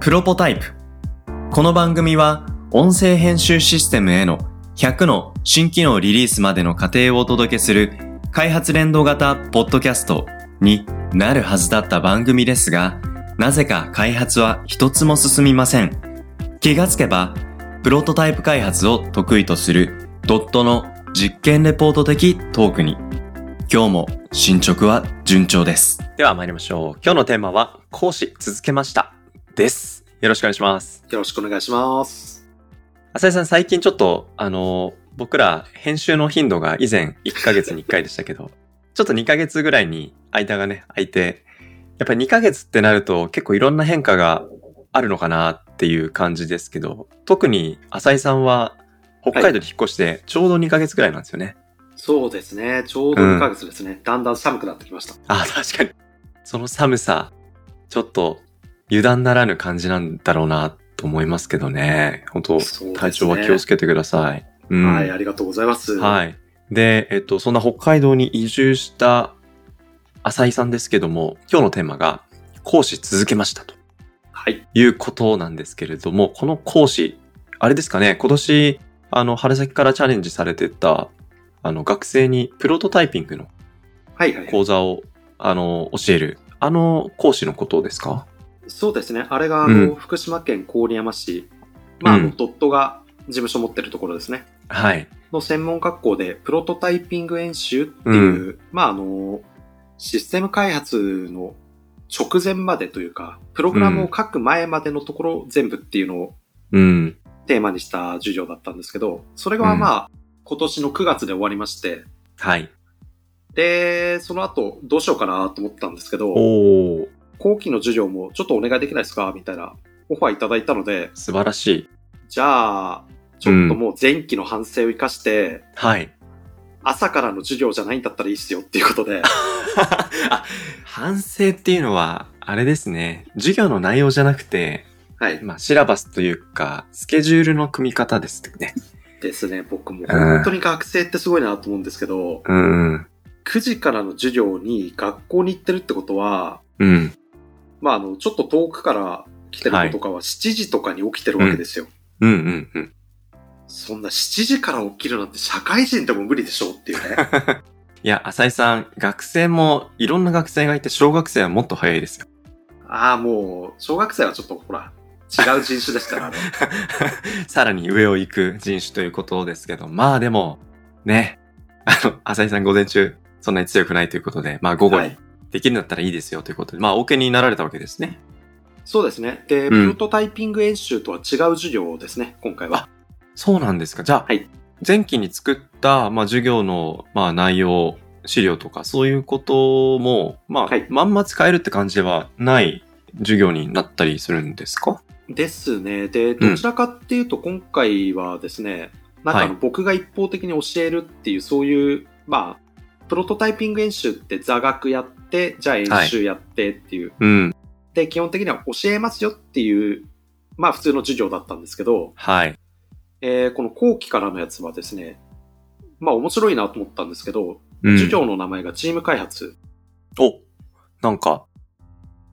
プロポタイプ。この番組は音声編集システムへの100の新機能リリースまでの過程をお届けする開発連動型ポッドキャストになるはずだった番組ですが、なぜか開発は一つも進みません。気がつけば、プロトタイプ開発を得意とするドットの実験レポート的トークに。今日も進捗は順調です。では参りましょう。今日のテーマは、講師続けました。です。よろしくお願いします。よろしくお願いします。浅井さん、最近ちょっと、あの、僕ら編集の頻度が以前1ヶ月に1回でしたけど、 ちょっと2ヶ月ぐらいに間がね、空いて、やっぱり2ヶ月ってなると結構いろんな変化があるのかなっていう感じですけど、特に浅井さんは北海道に引っ越してちょうど2ヶ月ぐらいなんですよね。そうですね。ちょうどうん2ヶ月ですね。だんだん寒くなってきました。 あ、確かに。その寒さ、ちょっと油断ならぬ感じなんだろうなと思いますけどね。本当そうですね体調は気をつけてください。うんはい、ありがとうございます。い。はい。で、えっと、そんな北海道に移住した浅井さんですけども、今日のテーマが、講師続けましたとはい。いうことなんですけれども、この講師、あれですかね、今年、あの、春先からチャレンジされてた、あの、学生にプロトタイピングのはい、はい。講座を、あの、教える、あの講師のことですかそうですね。あれが、あの、うん福島県郡山市。まあ、あのうんドットが事務所持ってるところですね。はい。の専門学校で、プロトタイピング演習っていう、まあ、あの、システム開発の直前までというか、プログラムを書く前までのところ全部っていうのをうん。テーマにした授業だったんですけど、それがまあ、今年の9月で終わりまして、はい。で、その後、どうしようかなと思ったんですけど、おー、後期の授業もちょっとお願いできないですかみたいなオファーいただいたので、素晴らしい。じゃあ、ちょっともう前期の反省を生かして、はい。朝からの授業じゃないんだったらいいっすよっていうこ とで、あ反省っていうのは、あれですね。授業の内容じゃなくて、はい。まあ、シラバスというか、スケジュールの組み方ですね。ですね、僕もうん本当に学生ってすごいなと思うんですけど、うんうん。 9時からの授業に学校に行ってるってことは、うん。まあ、あの、ちょっと遠くから来てる子とかは7時とかに起きてるわけですよ。うんうんうん。そんな7時から起きるなんて社会人でも無理でしょうっていう ね。いや、浅井さん、学生も、いろんな学生がいて、小学生はもっと早いですよ。ああ、もう、小学生はちょっとほら、違う人種です からね。さらに上を行く人種ということですけど、まあでも、ね。あの、浅井さん午前中、そんなに強くないということで、まあ午後はにいできるんだったらいいですよということで、まあ、お受けになられたわけですね。そうですね。で、んプロトタイピング演習とは違う授業ですね、今回は。そうなんですか。じゃあ、はい前期に作った、まあ、授業の、まあ、内容、資料とか、そういうことも、まあ、はいまんま使えるって感じではない授業になったりするんですかですね。で、どちらかっていうと、今回はですね、なんかあの、は僕が一方的に教えるっていう、そういう、まあ、プロトタイピング演習って座学やって、じゃあ演習やってっていう。うん。で、基本的には教えますよっていう、まあ普通の授業だったんですけど、はい。えーこの後期からのやつはですね、まあ面白いなと思ったんですけど、うん授業の名前がチーム開発。お、なんか、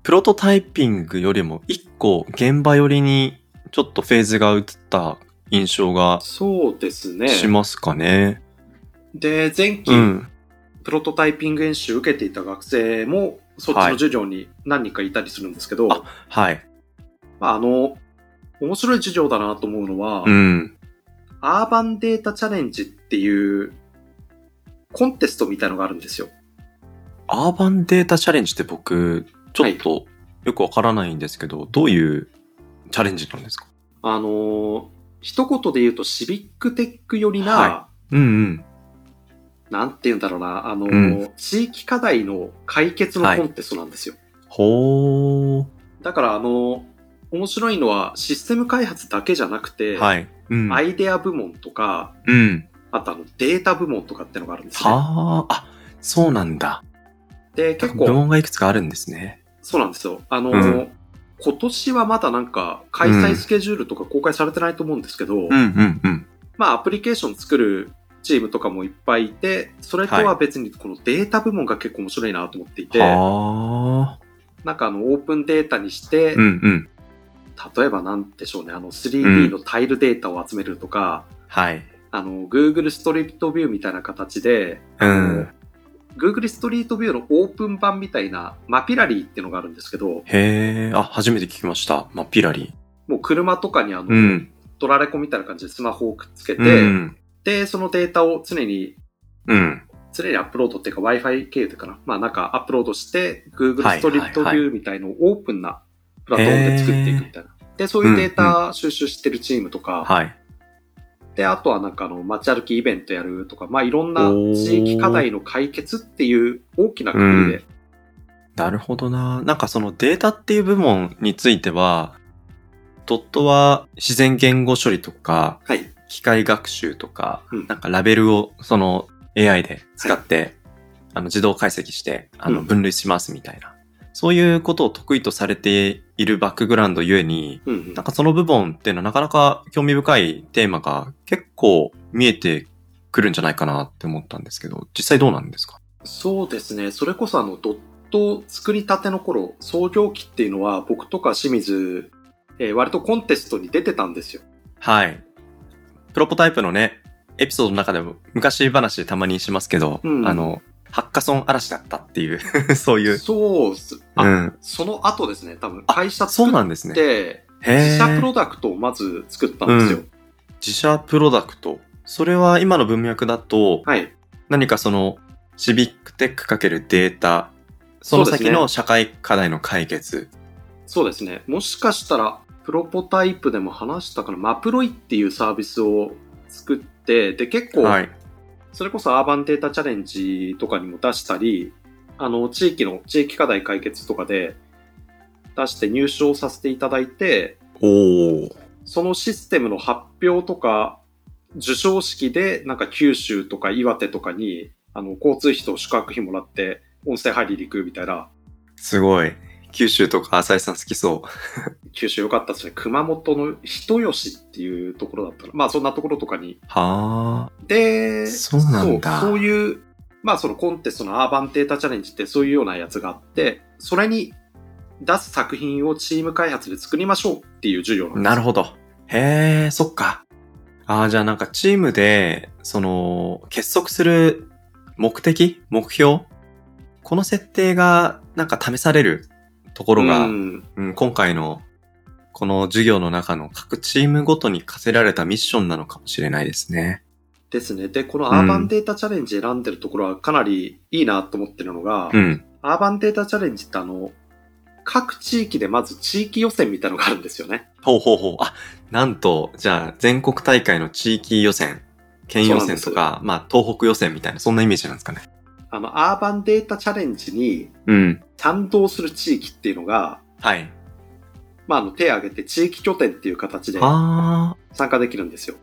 プロトタイピングよりも一個現場寄りにちょっとフェーズが移った印象がそうですね。しますかね。で、前期、うん。プロトタイピング演習受けていた学生も、そっちの授業に何人かいたりするんですけど、あはい。まあ、あの、面白い授業だなと思うのは、うん。アーバンデータチャレンジっていう、コンテストみたいのがあるんですよ。アーバンデータチャレンジって僕、ちょっとよくわからないんですけど、どういうチャレンジなんですかあのー一言で言うとシビックテック寄りな、はうんうん。なんて言うんだろうな、あの、うん地域課題の解決のコンテストなんですよ。ほー。だから、あの、面白いのはシステム開発だけじゃなくて、はい。うん。アイデア部門とか、うん。あとあのデータ部門とかってのがあるんですね。はー。あ、そうなんだ。で、結結構。部構、門がいくつかあるんですね。そうなんですよ。あの、うん今年はまだなんか開催スケジュールとか公開されてないと思うんですけど、うんうんうん。まあアプリケーション作るチームとかもいっぱいいて、それとは別にこのデータ部門が結構面白いなと思っていて、はー。なんかあのオープンデータにして、うんうん。例えばなんでしょうね、あの 3D のタイルデータを集めるとか、はい。あの、Google ストリートビューみたいな形で、うん。 Google ストリートビューのオープン版みたいなマピラリーっていうのがあるんですけど、へえ、あ、初めて聞きました。まあ、ピラリもう車とかにあの、ー。うん。ドラレコみたいな感じでスマホをくっつけて、うん。で、そのデータを常に、うん。常にアップロードっていうか Wi-Fi 経由というかな。まあなんかアップロードしては Google いストリートビはいューみたいのをオープンなプラットフォームで作っていくみたいな。で、そういうデータ収集してるチームとか、はい。で、あとはなんかあの街歩きイベントやるとか、まあいろんなおー地域課題の解決っていう大きな国で、なるほどな。なんかそのデータっていう部門については、ドットは自然言語処理とか、はい。機械学習とか、うんなんかラベルをその AI で使って、あの自動解析して、あのうん分類しますみたいな、そういうことを得意とされているバックグラウンドゆえに、うんうんなんかその部分っていうのはなかなか興味深いテーマが結構見えてくるんじゃないかなって思ったんですけど、実際どうなんですかそうですね。それこそあの、ドット作りたての頃、創業期っていうのは、僕とか清水、えー割とコンテストに出てたんですよ。はい。プロポタイプのね、エピソードの中でも昔話でたまにしますけど、うんあの、ハッカソン嵐だったっていう、 そういう。そうっす。あ、うん。その後ですね、多分、あ会社そう作なんっですね。て、へー自社プロダクトをまず作ったんですよ。う自社プロダクト。それは今の文脈だと、はい。何かその、シビックテックかけるデータ、そのそうです先ねの社会課題の解決。そうですね。もしかしたら、プロポタイプでも話したかな、マプロイっていうサービスを作って、で、結構、はい。それこそアーバンデータチャレンジとかにも出したり、あの、地域の、地域課題解決とかで出して入賞させていただいて、おお。そのシステムの発表とか、受賞式で、なんか九州とか岩手とかに、あの、交通費と宿泊費もらって、温泉入りに行くみたいな、すごい。九州とか浅井さん好きそ九州良かったですね。熊本の人吉っていうところだったら、まあそんなところとかにう。はあ。で、そうなんだそうそういう、まあそのコンテストのアーバンデータチャレンジってそういうようなやつがあって、それに出す作品をチーム開発で作りましょうっていう授業なんです。なるほど。へえ、そっか。ああ、じゃあなんかチームで、その、結束する目的目標この設定が、なんか試されるところが、うんうん、今回のこの授業の中の各チームごとに課せられたミッションなのかもしれないですね。ですね。で、このアーバンデータチャレンジ選んでるところはかなりいいなと思ってるのが、うん。アーバンデータチャレンジってあの、各地域でまず地域予選みたいなのがあるんですよね。ほうほうほう。あ、なんと、じゃあ全国大会の地域予選、県予選とか、まあ東北予選みたいな、そんなイメージなんですかね。あの、アーバンデータチャレンジにうん。賛同する地域っていうのが、はい。まあ、あの、手を挙げて地域拠点っていう形でああ。参加できるんですよ。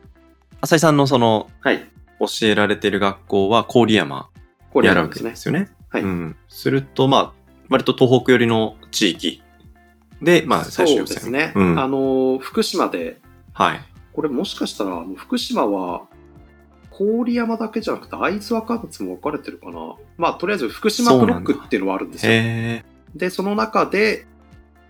浅井さんのその、はい。教えられてる学校は郡山これややるるわんけでですね。すよね。はいうん。すると、まあ、割と東北寄りの地域で、まあ最終そ予うで選。すね。うんあの、福島で、はい。これもしかしたら、あの福島は、郡山だけじゃなくて、会津若松も分かれてるかな。まあ、とりあえず福島ブロックっていうのはあるんですよ。へえ。で、その中で、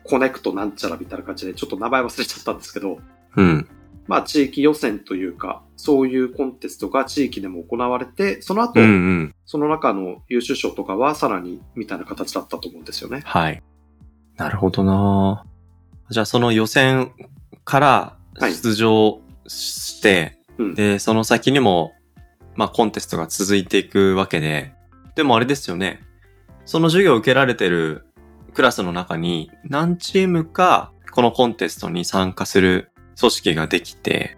コネクトなんちゃらみたいな感じで、ちょっと名前忘れちゃったんですけど、うん。まあ、地域予選というか、そういうコンテストが地域でも行われて、その後、うんうん。その中の優秀賞とかはさらに、みたいな形だったと思うんですよね。はい。なるほどなじゃあその予選からはい出場して、うんで、その先にも、まあコンテストが続いていくわけで、でもあれですよね。その授業を受けられてるクラスの中に何チームかこのコンテストに参加する組織ができて、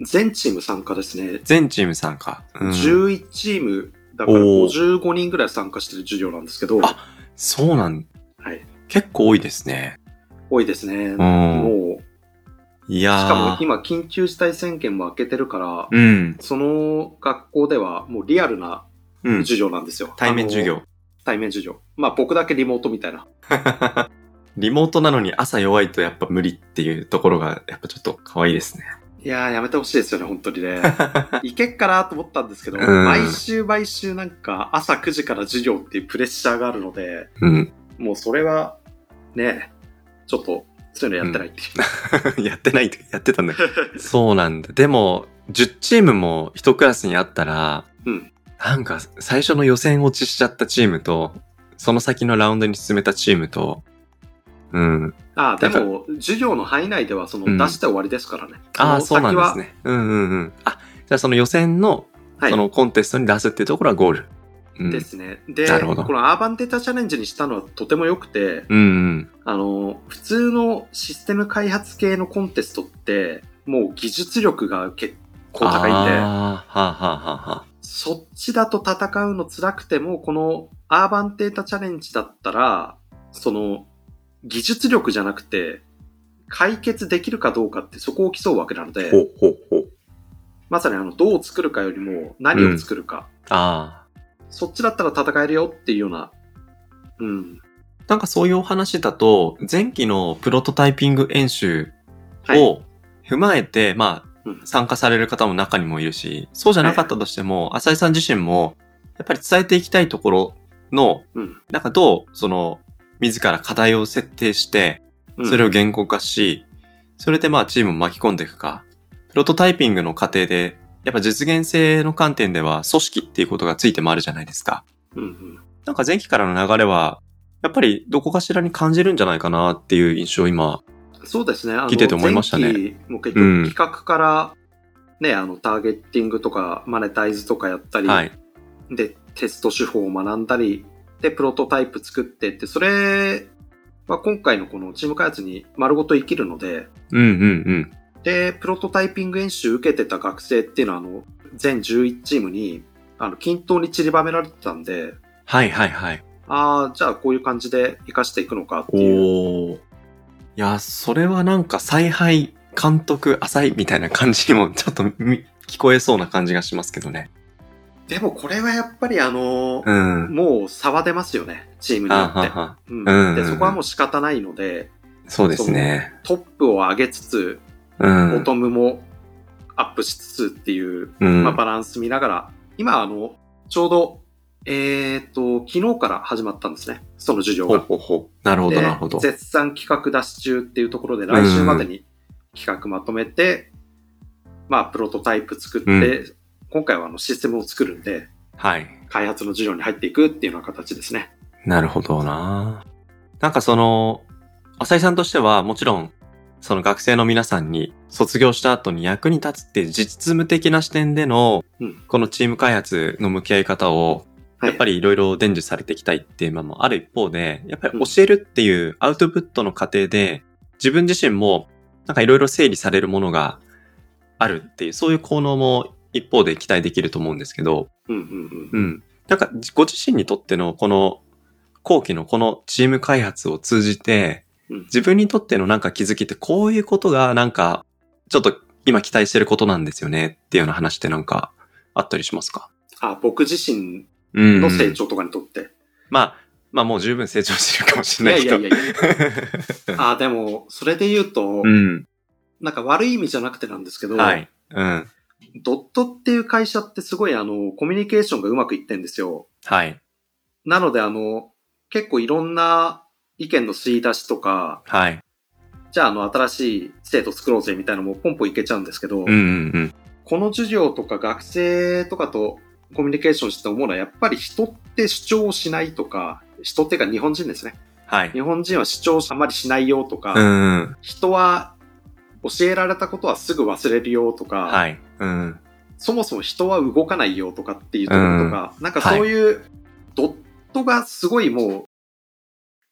全チーム参加ですね。全チーム参加。うん11チーム、だからおー55人ぐらい参加してる授業なんですけど、あそうなん、はい、結構多いですね。多いですね。うんもう、いやーしかも今緊急事態宣言も明けてるから、うん。その学校ではもうリアルなうん。授業なんですよ。対面授あの。業。対面授業。まあ僕だけリモートみたいな。リモートなのに朝弱いとやっぱ無理っていうところがやっぱちょっと可愛いですね。いやーやめてほしいですよね、本当 にね。いけっかなと思ったんですけど、うん毎週毎週なんか朝9時から授業っていうプレッシャーがあるので、うん。もうそれは、ね、ちょっとそういうのやってないってい う。やってないとやってたんだけ ど。そうなんだ。でも、10チームも一クラスにあったら、うんなんか最初の予選落ちしちゃったチームと、その先のラウンドに進めたチームと、うん。ああ、でだからも、授業の範囲内では、その、うん出して終わりですからね。ああ、そそうなのん先ではすね。うんうんうん。あ、じゃあその予選の、はいそのコンテストに出すっていうところはゴール。うん。ですね。で、なるほどこのアーバンデータチャレンジにしたのはとても良くて、うんうん。あの、普通のシステム開発系のコンテストって、もう技術力が結構高いんあで、あ、はあはあはあはあ。そっちだと戦うの辛くても、このアーバンデータチャレンジだったら、その、技術力じゃなくて、解決できるかどうかってそこを競うわけなので、うほうほう。まさにあの、どう作るかよりも何を作るか、ああ。そっちだったら戦えるよっていうような、うん、なんかそういうお話だと、前期のプロトタイピング演習はい。を踏まえて、まうあ、ん参加される方も中にもいるし、そうじゃなかったとしても、浅井さん自身も、やっぱり伝えていきたいところの、うん。なんかどう、その、自ら課題を設定して、うんそれを言語化し、それでまあチームを巻き込んでいくか、プロトタイピングの過程で、やっぱ実現性の観点では組織っていうことがついてもあるじゃないですか。うんうん。なんか前期からの流れは、やっぱりどこかしらに感じるんじゃないかなっていう印象を今。そうですね。あの聞いてて思いましたね前期も結局企画から、ね、あの、ターゲッティングとか、マネタイズとかやったり、はい。で、テスト手法を学んだり、で、プロトタイプ作ってって、それは今回のこのチーム開発に丸ごと生きるので、うんうんうん。で、プロトタイピング演習受けてた学生っていうのは、あの、全11チームに、あの、均等に散りばめられてたんで、はいはいはい。ああ、じゃあこういう感じで活かしていくのかっていう。おー。いや、それはなんか采配、監督、浅いみたいな感じにもちょっとみ聞こえそうな感じがしますけどね。でもこれはやっぱりあの、うん。もう差は出ますよね、チームにあよっはて。は。うん、うでんそこはもう仕方ないので、そうですね。トップを上げつつ、うん。ボトムもアップしつつっていう、うん。まあ、バランス見ながら、今、あの、ちょうど、えっ、と、昨日から始まったんですね、その授業ほうが。ほうほう。なるほどでなるほど。絶賛企画脱出中っていうところで、来週までに企画まとめて、まあ、プロトタイプ作って、う今回はあのシステムを作るんで、はい。開発の授業に入っていくっていうような形ですね。なるほどな。なんかその、浅井さんとしてはもちろん、その学生の皆さんに卒業した後に役に立つっていう実務的な視点でのうん、このチーム開発の向き合い方を、はいやっぱりいろいろ伝授されていきたいっていうのもある一方で、やっぱり教えるっていうアウトプットの過程で、自分自身もなんかいろいろ整理されるものがあるっていう、そういう効能も一方で期待できると思うんですけど、うんうんう。ん。なんか、ご自身にとっての、この、後期のこのチーム開発を通じて、うん自分にとってのなんか気づきって、こういうことが、なんか、ちょっと今期待してることなんですよねっていうような話ってなんか、あったりしますかあ、僕自身うんの成。長とかにとって。まあ、まあもう十分成長してるかもしいれなやいいけやど。いやいや。 あー、でも、それで言うと、うん。なんか悪い意味じゃなくてなんですけど、はい。うん。ドットっていう会社ってすごいあの、コミュニケーションがうまくいってんですよ。はい。なのであの、結構いろんな意見の吸い出しとか、はい。じゃああの、新しい生徒作ろうぜみたいなのもポンポンいけちゃうんですけど、うんうんうん。この授業とか学生とかとコミュニケーションして思うのはやっぱり人って主張をしないとか、人っていうか日本人ですね。はい日。本人は主張あんまりしないよとか、うんうん。人は教えられたことはすぐ忘れるよとか、はい。うん。そもそも人は動かないよとかっていうところとか、なんかそういうドットがすごいもう、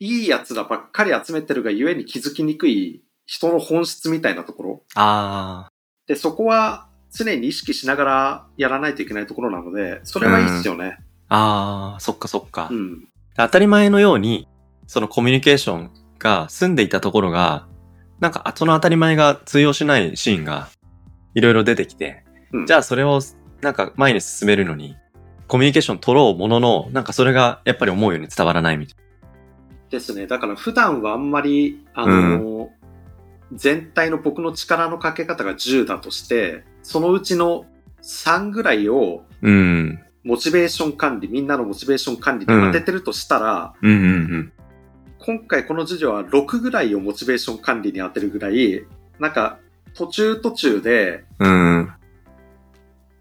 いいやつらばっかり集めてるがゆえに気づきにくい人の本質みたいなところ。あで、そこは常に意識しながらやらないといけないところなので、それはいいっすよね。あ。ああ、そっかそっか。うん。当たり前のように、そのコミュニケーションが済んでいたところが、なんかその当たり前が通用しないシーンがいろいろ出てきて、うんじゃあそれをなんか前に進めるのに、コミュニケーション取ろうものの、なんかそれがやっぱり思うように伝わらないみたいですね。だから普段はあんまり、あの全体の僕の力のかけ方が10だとして、そのうちの3ぐらいをな。うん。モチベーション管理、みんなのモチベーション管理に当ててるとしたら、うんうんうん。今回この授業は6ぐらいをモチベーション管理に当てるぐらい、なんか途中途中で、うん。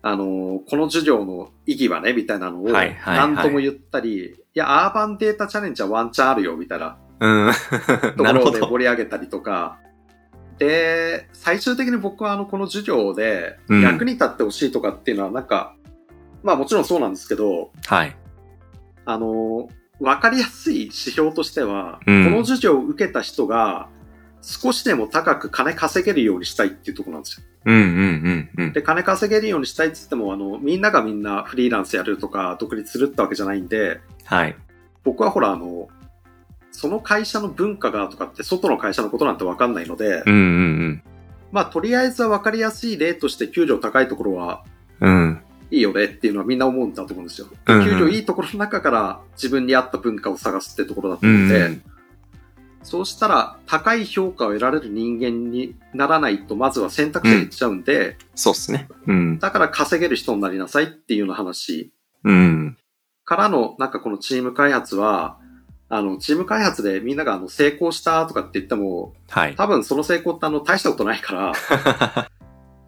あの、この授業の意義はね、みたいなのを、はいはいはい何とも言ったり、いや、アーバンデータチャレンジはワンチャンあるよ、みたいなうん。と こなるろほでど。盛り上げたりとか、で、最終的に僕はあの、この授業でうん役に立ってほしいとかっていうのはなんか、まあもちろんそうなんですけど、はい。あの、わかりやすい指標としては、うんこの授業を受けた人が少しでも高く金稼げるようにしたいっていうところなんですよ。うんうんうんうん。で、金稼げるようにしたいって言っても、あの、みんながみんなフリーランスやるとか独立するってわけじゃないんで、はい。僕はほらあの、その会社の文化がとかって外の会社のことなんてわかんないので、うんうんまあ、とりあえずは分かりやすい例として、給料高いところはうん。うん。いいよねっていうのはみんな思うんだと思うんですよ。うでんうん給料いいところの中から自分に合った文化を探すってところだとう思うんんで、うん。そうしたら高い評価を得られる人間にならないと、まずは選択肢がいっちゃうんで、そうっすね。うん。だから稼げる人になりなさいっていうような話うん。からの、なんかこのチーム開発は、あの、チーム開発でみんながあの成功したとかって言っても、はい。多分その成功ってあの大したことないから、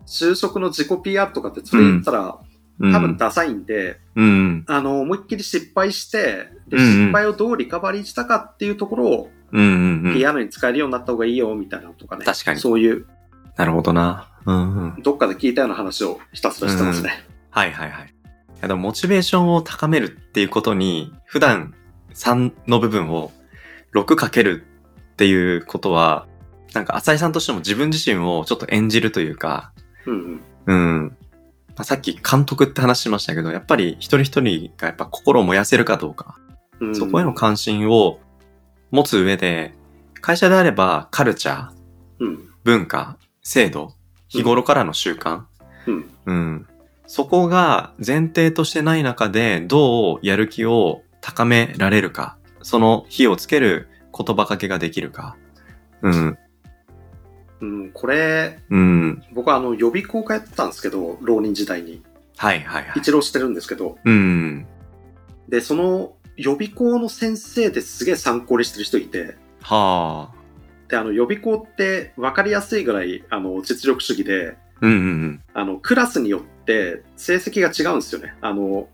就職の自己 PR とかってそれ言ったら、多分ダサいんで、うん。あの、思いっきり失敗して、うでんうん失敗をどうリカバリーしたかっていうところをうんうんうん。ピアノに使えるようになった方がいいよ、みたいなのとかね。確かにそういう、なるほどな。うんうん。どっかで聞いたような話をひたすらしてますね。はいはいはい。いやでもモチベーションを高めるっていうことに、普段3の部分を6かけるっていうことは、なんか浅井さんとしても自分自身をちょっと演じるというか、うん、うん、うん。まあ、さっき監督って話しましたけど、やっぱり一人一人がやっぱ心を燃やせるかどうか、うん。そこへの関心を持つ上で、会社であればカルチャー、うん、文化、制度、日頃からの習慣、うん、うん。そこが前提としてない中で、どうやる気を高められるか、その火をつける言葉かけができるか。うん。うん。これ、うん。僕はあの、予備校通ってたんですけど、浪人時代に。はいはいはい。一浪してるんですけど、うん。で、その予備校の先生ですげえ参考にしてる人いて、はあ。で、あの、予備校って分かりやすいぐらい、あの、実力主義で、うんうんあの、クラスによって成績が違うんですよね。あの、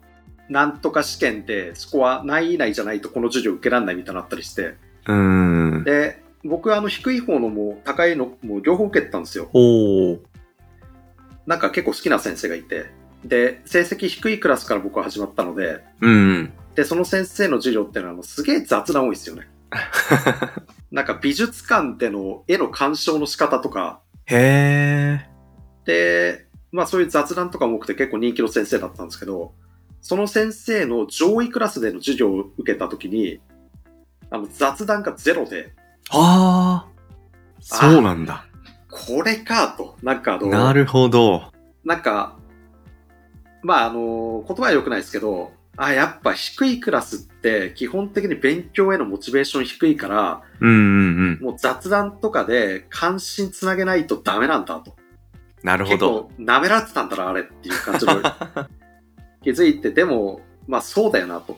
なんとか試験でスコア何位以内じゃないとこの授業受けられないみたいなのあったりして。うん。うん。で、僕はあの低い方のも高いのも両方受けてたんですよ。おー。なんか結構好きな先生がいて。で、成績低いクラスから僕は始まったので、うん。で、その先生の授業っていうのはあのすげえ雑談多いんですよね。なんか美術館での絵の鑑賞の仕方とか、へー。で、まあそういう雑談とかも多くて結構人気の先生だったんですけど、その先生の上位クラスでの授業を受けたときに、あの雑談がゼロで、あー。そうなんだ。これかと、なんかあの、なるほど。なんか、まああの、言葉は良くないですけど、あ、やっぱ低いクラスって基本的に勉強へのモチベーション低いから、うんうんうん。もう雑談とかで関心つなげないとダメなんだと。なるほ結ど。構舐められてたんだな、あれっていう感じの気づいて、でも、まあそうだよなと。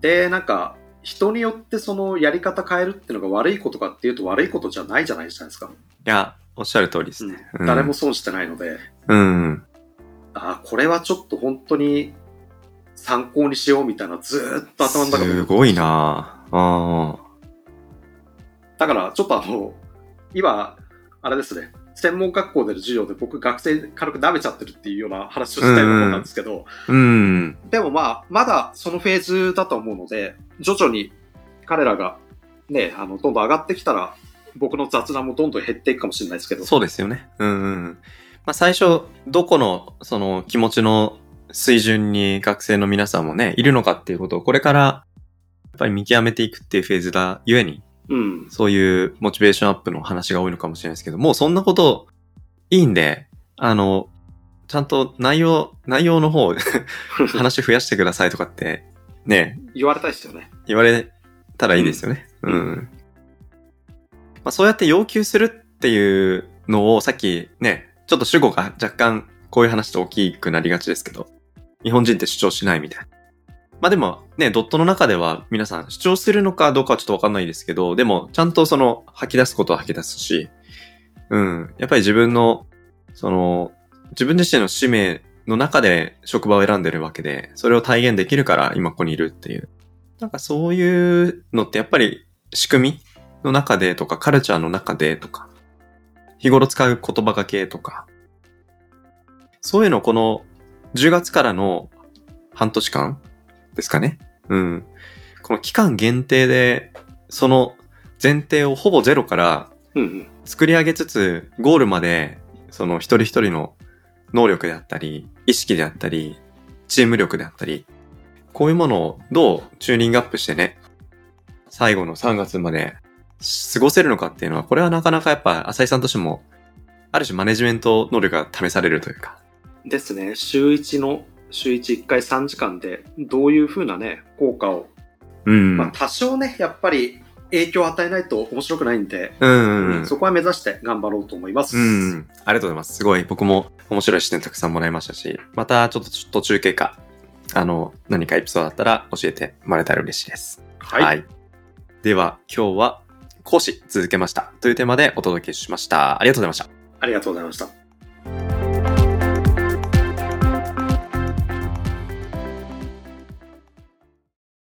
で、なんか、人によってそのやり方変えるっていうのが悪いことかっていうと悪いことじゃないじゃないじゃないですか。いや、おっしゃる通りですうんね。誰も損してないので、うん。あーこれはちょっと本当に参考にしようみたいな、ずーっと頭の中すで。ごいなああー。だからちょっとあの、今、あれですね、専門学校での授業で僕学生軽く舐めちゃってるっていうような話をしたようなもんなんですけど、うん。でもまあ、まだそのフェーズだと思うので、徐々に彼らがね、あの、どんどん上がってきたら、僕の雑談もどんどん減っていくかもしれないですけど。そうですよね。うんうん。まあ最初、どこの、その気持ちの水準に学生の皆さんもね、いるのかっていうことをこれから、やっぱり見極めていくっていうフェーズだ、ゆえに、うん。そういうモチベーションアップの話が多いのかもしれないですけど、もうそんなこと、いいんで、あの、ちゃんと内容、内容の 方、 話増やしてくださいとかって、ね、言われたいですよね。言われたらいいですよね。うん。うまあ、そうやって要求するっていうのをさっきね、ちょっと主語が若干こういう話と大きくなりがちですけど、日本人って主張しないみたいな。まあでもね、ドットの中では皆さん主張するのかどうかはちょっとわかんないですけど、でもちゃんとその吐き出すことは吐き出すし、うん。やっぱり自分の、その、自分自身の使命の中で職場を選んでるわけで、それを体現できるから今ここにいるっていう。なんかそういうのってやっぱり仕組みの中でとか、カルチャーの中でとか、日頃使う言葉がけとか、そういうのをこの10月からの半年間ですかね。うん。この期間限定で、その前提をほぼゼロからうんうん。作り上げつつ、ゴールまで、その一人一人の能力であったり、意識であったり、チーム力であったり、こういうものをどうチューニングアップしてね、最後の3月まで過ごせるのかっていうのは、これはなかなかやっぱ浅井さんとしても、ある種マネジメント能力が試されるというか。ですね。週1の、週1、1回3時間で、どういうふうなね、効果を。うん。まあ、多少ね、やっぱり影響を与えないと面白くないんで、うんうんうん。そこは目指して頑張ろうと思います。うん。ありがとうございます。すごい、僕も面白い視点たくさんもらいましたし、またちょっと途中経過、あの、何かエピソードあったら教えてもらえたら嬉しいです。はい。では、今日は、講師続けましたというテーマでお届けしました。ありがとうございました。ありがとうございました。